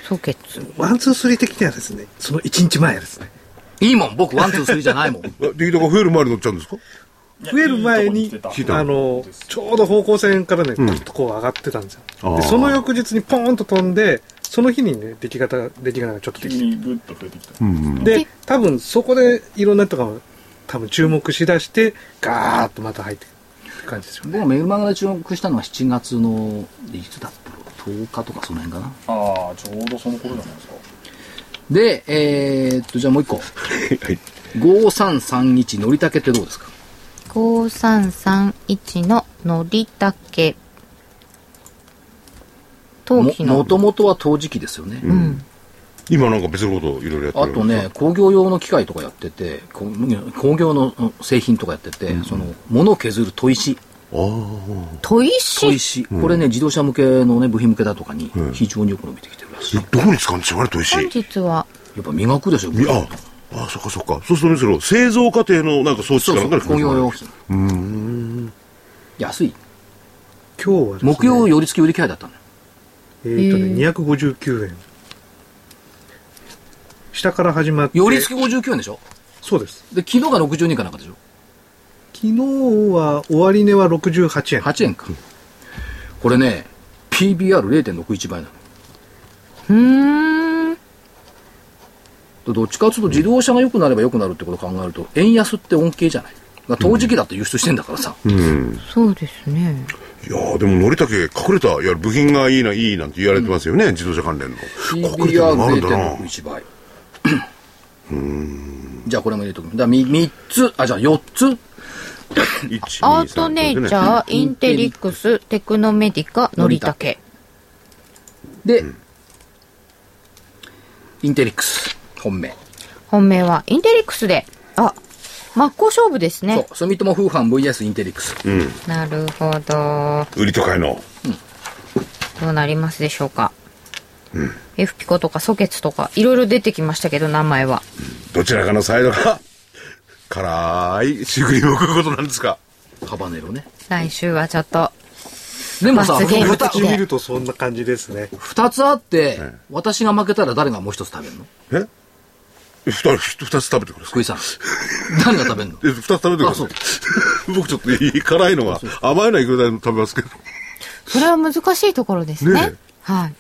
ソケッツ。ワン、ツー、スリー的にはですね、その1日前ですね。いいもん、僕ワン、ツー、スリーじゃないもん。あ出来高増える前に乗っちゃうんですか増える前にいやいいとこ来来ててたたあの、ちょうど方向線からね、んぐっとこう上がってたんですあよ。ーで、その翌日にポーンと飛んで、その日にね、出来方が、出来方がちょっと急できにぐっと増えてきた。うんて。で、多分そこでいろんな人が多分注目しだして、ガーッとまた入ってくるって感じですよね。僕はメールマガで注目したのは7月の、いつだったろう、10日とかその辺かな。ああ、ちょうどその頃じゃないですか。で、えー、っと、じゃあもう一個。はい5331のりたけってどうですか5331ののりたけ頭も皮のもともとは陶磁器ですよね。うん今なんか別のこといろいろやってあるとね、工業用の機械とかやってて、工工業のうん製品とかやってて、その、物を削る砥石、ああ砥砥石石、これね、自動車向けのね、部品向けだとかに非常によく伸びてきてるらしい。どこに使うんでしょうあれ砥石本日はやっぱ磨くでしょ、みああそっかそっかそうすると見せろ製造過程のなんか装置そうかなそんかう、に含工めても業らえる用品。安い。今日はですね、木曜寄り付き売り機械だったのよ。えっ、とね、259円。下から始まって。寄り付き59円でしょそうです。で、昨日が62円かなんかでしょ昨日は、終値は68円。 8円か。これね、PBR0.61 倍なの。うーんでどっちかというと自動車が良くなれば良くなるってことを考えると、円安って恩恵じゃない。だから陶磁器だって輸出してんだからさ。うんそうですねいやーでものりたけ隠れたいや部品がいいないいなんて言われてますよね、自動車関連の隠れたのがあるんだな PBR0.61 倍。じゃあこれも入れとく。だからみ3つ、あ、じゃあ4つ。一アートネイチャーインテリックステクノメディカのりたけで、インテリックス、本命。本命はインテリックスであ真っ向勝負ですそねう、住友風帆 VS インテリックス。うんなるほど売りと買いのどうなりますでしょうか、F ピコとかソケツとかいろいろ出てきましたけど名前はどちらかのサイドが辛いシュークリームを食うことなんですかハバネロね。来週はちょっとでもさ、罰ゲー2ム的私見でるとそんな感じですね。つあってええ、私が負けたら誰がもう一つ食べるのえ二人二つ食べてくださ福い井 [laughs] さん。誰が食べるのえ二つ食べてくださいあ [laughs] 僕ちょっといい辛いのが甘いのはいくらでも食べますけどそれは難しいところですねねえはい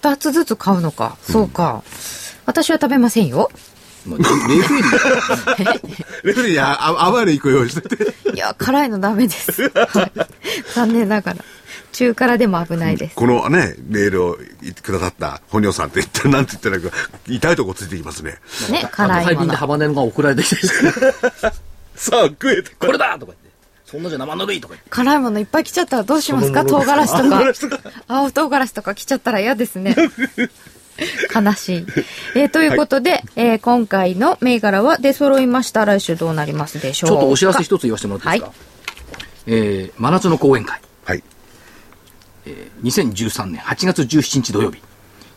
2つずつ買うのかそうか、私は食べませんよまあレレフェリーだからね [laughs] レフェリーにああ甘いの一個用意してていや辛いのダメです、はい、残念ながら中辛でも危ないですこのねメールをくださった本尿さんって言ったらなんて言ったらいいか痛いとこついてきますねねあの辛い最も近でのハバネロが送られてきて、さあ食えてこれだとか言って、そんなじゃ生ぬるいとか言って。辛いものいっぱい来ちゃったらどうしますかそ唐のも辛唐辛子子ととか青唐辛子とか来ちゃったら嫌ですね悲しい、えーということで、えー今回の銘柄は出揃いました来週どうなりますでしょうちかょっとお知らせ一つ言わせてもらっていいですか、はえー真夏の講演会、はい2013年8月17日土曜日、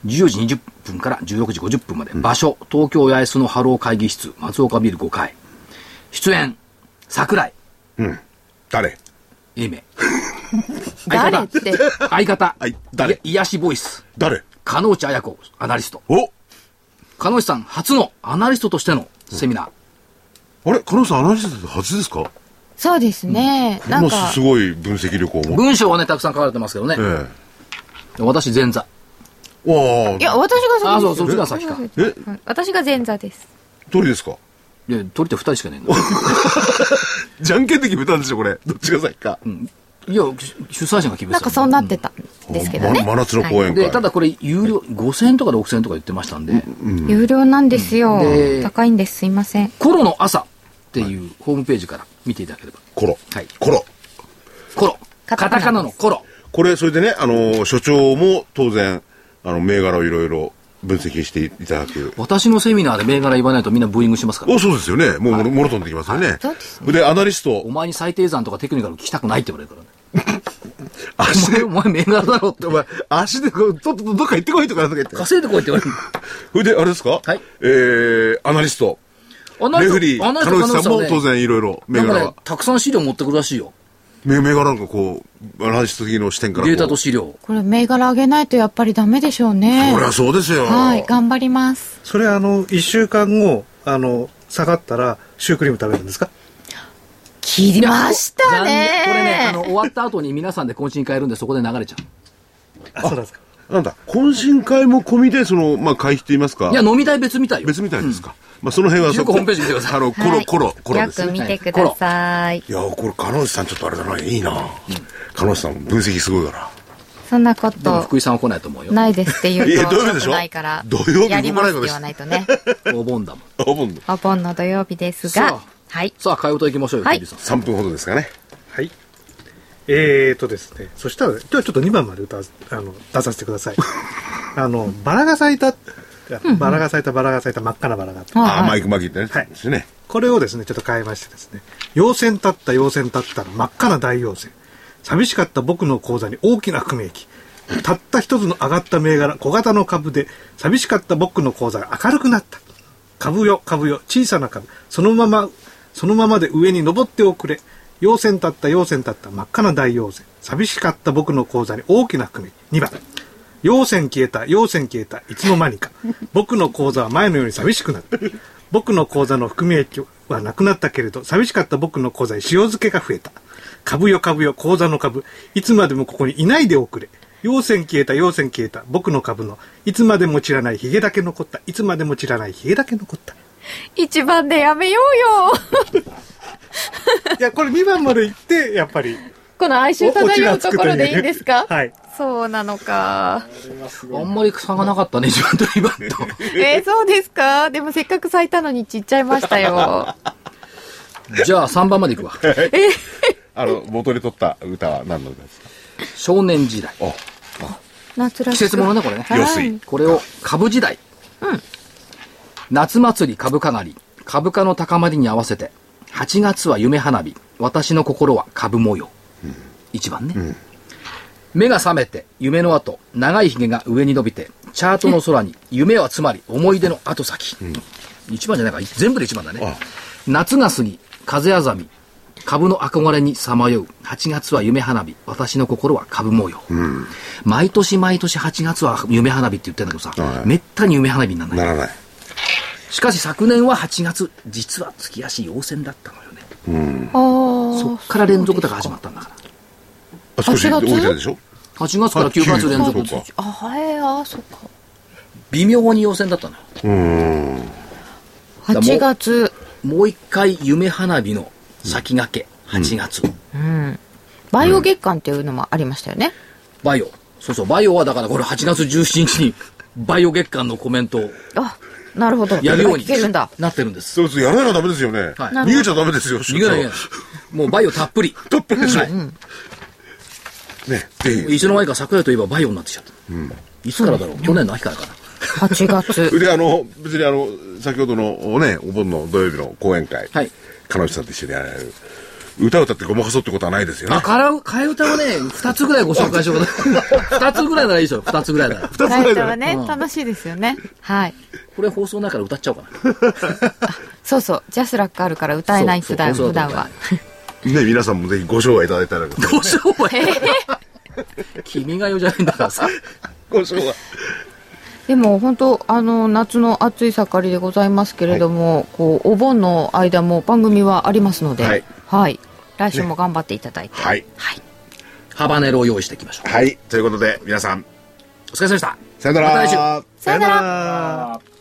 14時20分から16時50分まで、場所、東京八重洲のハロー会議室、松岡ビル5階、出演、桜井、うん誰英明、 [laughs] 誰って相方、はい誰い癒やしボイス、誰加納内彩子、アナリスト。お加納内さん初のアナリストとしてのセミナー。あれ加納さんアナリスト初ですかそうですね、なもんうかすごい分析力を持って文章はね、たくさん書かれてますけどね。え私、前座。えわあいや私があ、そう、先そっでちすが先か。えうん私が前座ですどれですかいや、取り手二人しかねえんだ。じゃんけんで決めたんでしょこれどっちが先かいや、主主催者が決めてたなんかそうなってたんですけどね、ま真夏の公演で、会ただこれ、有料、5000円とか6000円とか言ってましたんで、有料なんですよ、で高いんですすいませんコロの朝っていうホームページから見ていただければ。コロはいコロコロ。カカタカナタカナのコロ。これそれでねあの所長も当然あの銘柄をいろいろ分析していただく私のセミナーで銘柄言わないとみんなブーイングしますから。おそうですよねもうもろもろ飛んできますよねそうですでアナリストお前に最低算とかテクニカル聞きたくないって言われるからね。足で、お前銘柄だろって、お前、足でこうとっととどっか行ってこいとかなんとか言って稼いでこいって言われる。それであれですかはいえーアナリストあレフェリーあな彼たと女さんもね当然いろいろ銘なんか柄ねは、たくさん資料持ってくるらしいよ。銘柄がこうアナリスト的の視点からこうデータと資料。これ銘柄上げないとやっぱりダメでしょうねそりゃそうですよはい頑張りますそれあの、1週間後、あの、下がったら、シュークリーム食べるんですか昨切りましたね。残念これね、あの、終わった後に皆さんで懇親会やるんで、そこで流れちゃう。あ、そうなんですか。なんだ、懇親会も込みで、その、まあ、会費といいますか。いや、飲み代別みたいよ。別みたいですか。まあ、その辺は、よくホームページ見てくださいあの、コロコロ、コロよですくね。見てください。いや、これ、彼女さんちょっとあれだな、いいな。彼女さん、分析すごいから。そんなこでもと福井さんは来ないと思うよ。ないですって言ういやと土曜日でしょ良くないから土曜日やりますって動かないから言わないとね。お盆だもん。お盆のお盆の土曜日ですさがあ、はい。さあ、替え歌行きましょうよ、はい日比さん。 3分ほどですかね。はい。えーとですね、そしたら、今日はちょっと2番まで歌わあの出させてくだ [laughs] さい。あの、バラが咲いた、バラが咲いた、バラが咲いた、真っ赤なバラが。ああ、はいマイクマギってね。はいですね。これをですね、ちょっと変えましてですね、妖仙立った妖仙立ったら真っ赤な大妖精。寂しかった僕の口座に大きな悪名機。たった一つの上がった銘柄、小型の株で、寂しかった僕の口座が明るくなった。株よ、株よ、小さな株。そのまま、そのままで上に登っておくれ。妖仙立った妖仙立った真っ赤な大妖精。寂しかった僕の口座に大きな悪名機。2番。陽線消えた、陽線消えた、いつの間にか。僕の口座は前のように寂しくなった。僕の口座の含み益はなくなったけれど、寂しかった僕の口座に塩漬けが増えた。株よ株よ、口座の株。いつまでもここにいないでおくれ。陽線消えた、陽線消えた、僕の株の。いつまでも散らないヒゲだけ残った。いつまでも散らないヒゲだけ残った。一番でやめようよいや、これ2番まで行って、やっぱり。この哀愁漂うところでいいんですかおオチがつくというねはい。そうなのか。あんまり差がなかったね、自分と2番と。えー、そうですかでもせっかく咲いたのに散っちゃいましたよ。じゃあ、3番まで行くわ。あの、冒頭で撮った歌は何の歌ですか少年時代。あ、夏らし季く節ものね、これね。用水。これを株時代。夏祭り株価狩り。株価の高まりに合わせて、8月は夢花火。私の心は株模様。一番ね。目が覚めて、夢の後、長いひげが上に伸びて、チャートの空に、夢はつまり思い出の後先。一番じゃないか、全部で一番だねあ。夏が過ぎ、風あざみ。株の憧れにさまよう。8月は夢花火。私の心は株模様。毎年毎年8月は夢花火って言ってんだけどさ、はいめったに夢花火にならな。ないらない。しかし昨年は8月、実は月足陽線だったのよね。あーそっから連続高が始まったんだから。あ、少し8月置いてるでしょ8月からあ9月連続九。月そうかあ、はい、あ、そっか。微妙に陽線だったのよ。うーん。らもう8月。もう一回夢花火の先駆け、8月。うん。バイオ月間っていうのもありましたよね。バイオ。そうそう、バイオはだからこれ8月17日に、バイオ月間のコメントをあ、なるほど。やるように聞けるんだ。なってるんです。そうするとやらなきゃダメですよね。はい逃げちゃダメですよ。逃逃げない逃げない。もうバイオたっぷり。トップでしょ。ね、ぜいつの間にか桜井といえばバイオになってきちゃった。いつからだろう去年の秋からかな。 8 [laughs] ひ。月。で、あの、別にあの、先ほどのね、お盆の土曜日の講演会。はい。彼女さんと一緒にやられる。歌を歌ってごまかそうってことはないですよねあ、。 [laughs] からう、替え歌をね、二つぐらいご紹介しようか [laughs] な。二つぐらいならいいですよ、二つぐらいなら。二つぐらいだはね。ねうん、楽しいですよね。はい。これ放送ないから歌っちゃおうかそうそう、ジャスラックあるから歌えない、そう普段、そう普段は。ね、皆さんもぜひご賞はいただいたら。な。どうしようもない [laughs] 君が代じゃないんだからさ。ご賞は。でも本当あの夏の暑い盛りでございますけれども、こうお盆の間も番組はありますので、ははいい、来週も頑張っていただいて、はい。ハバネロを用意していきましょう。はい。ということで、皆さん、お疲れ様でした。さよなら。また来週さよなら。あー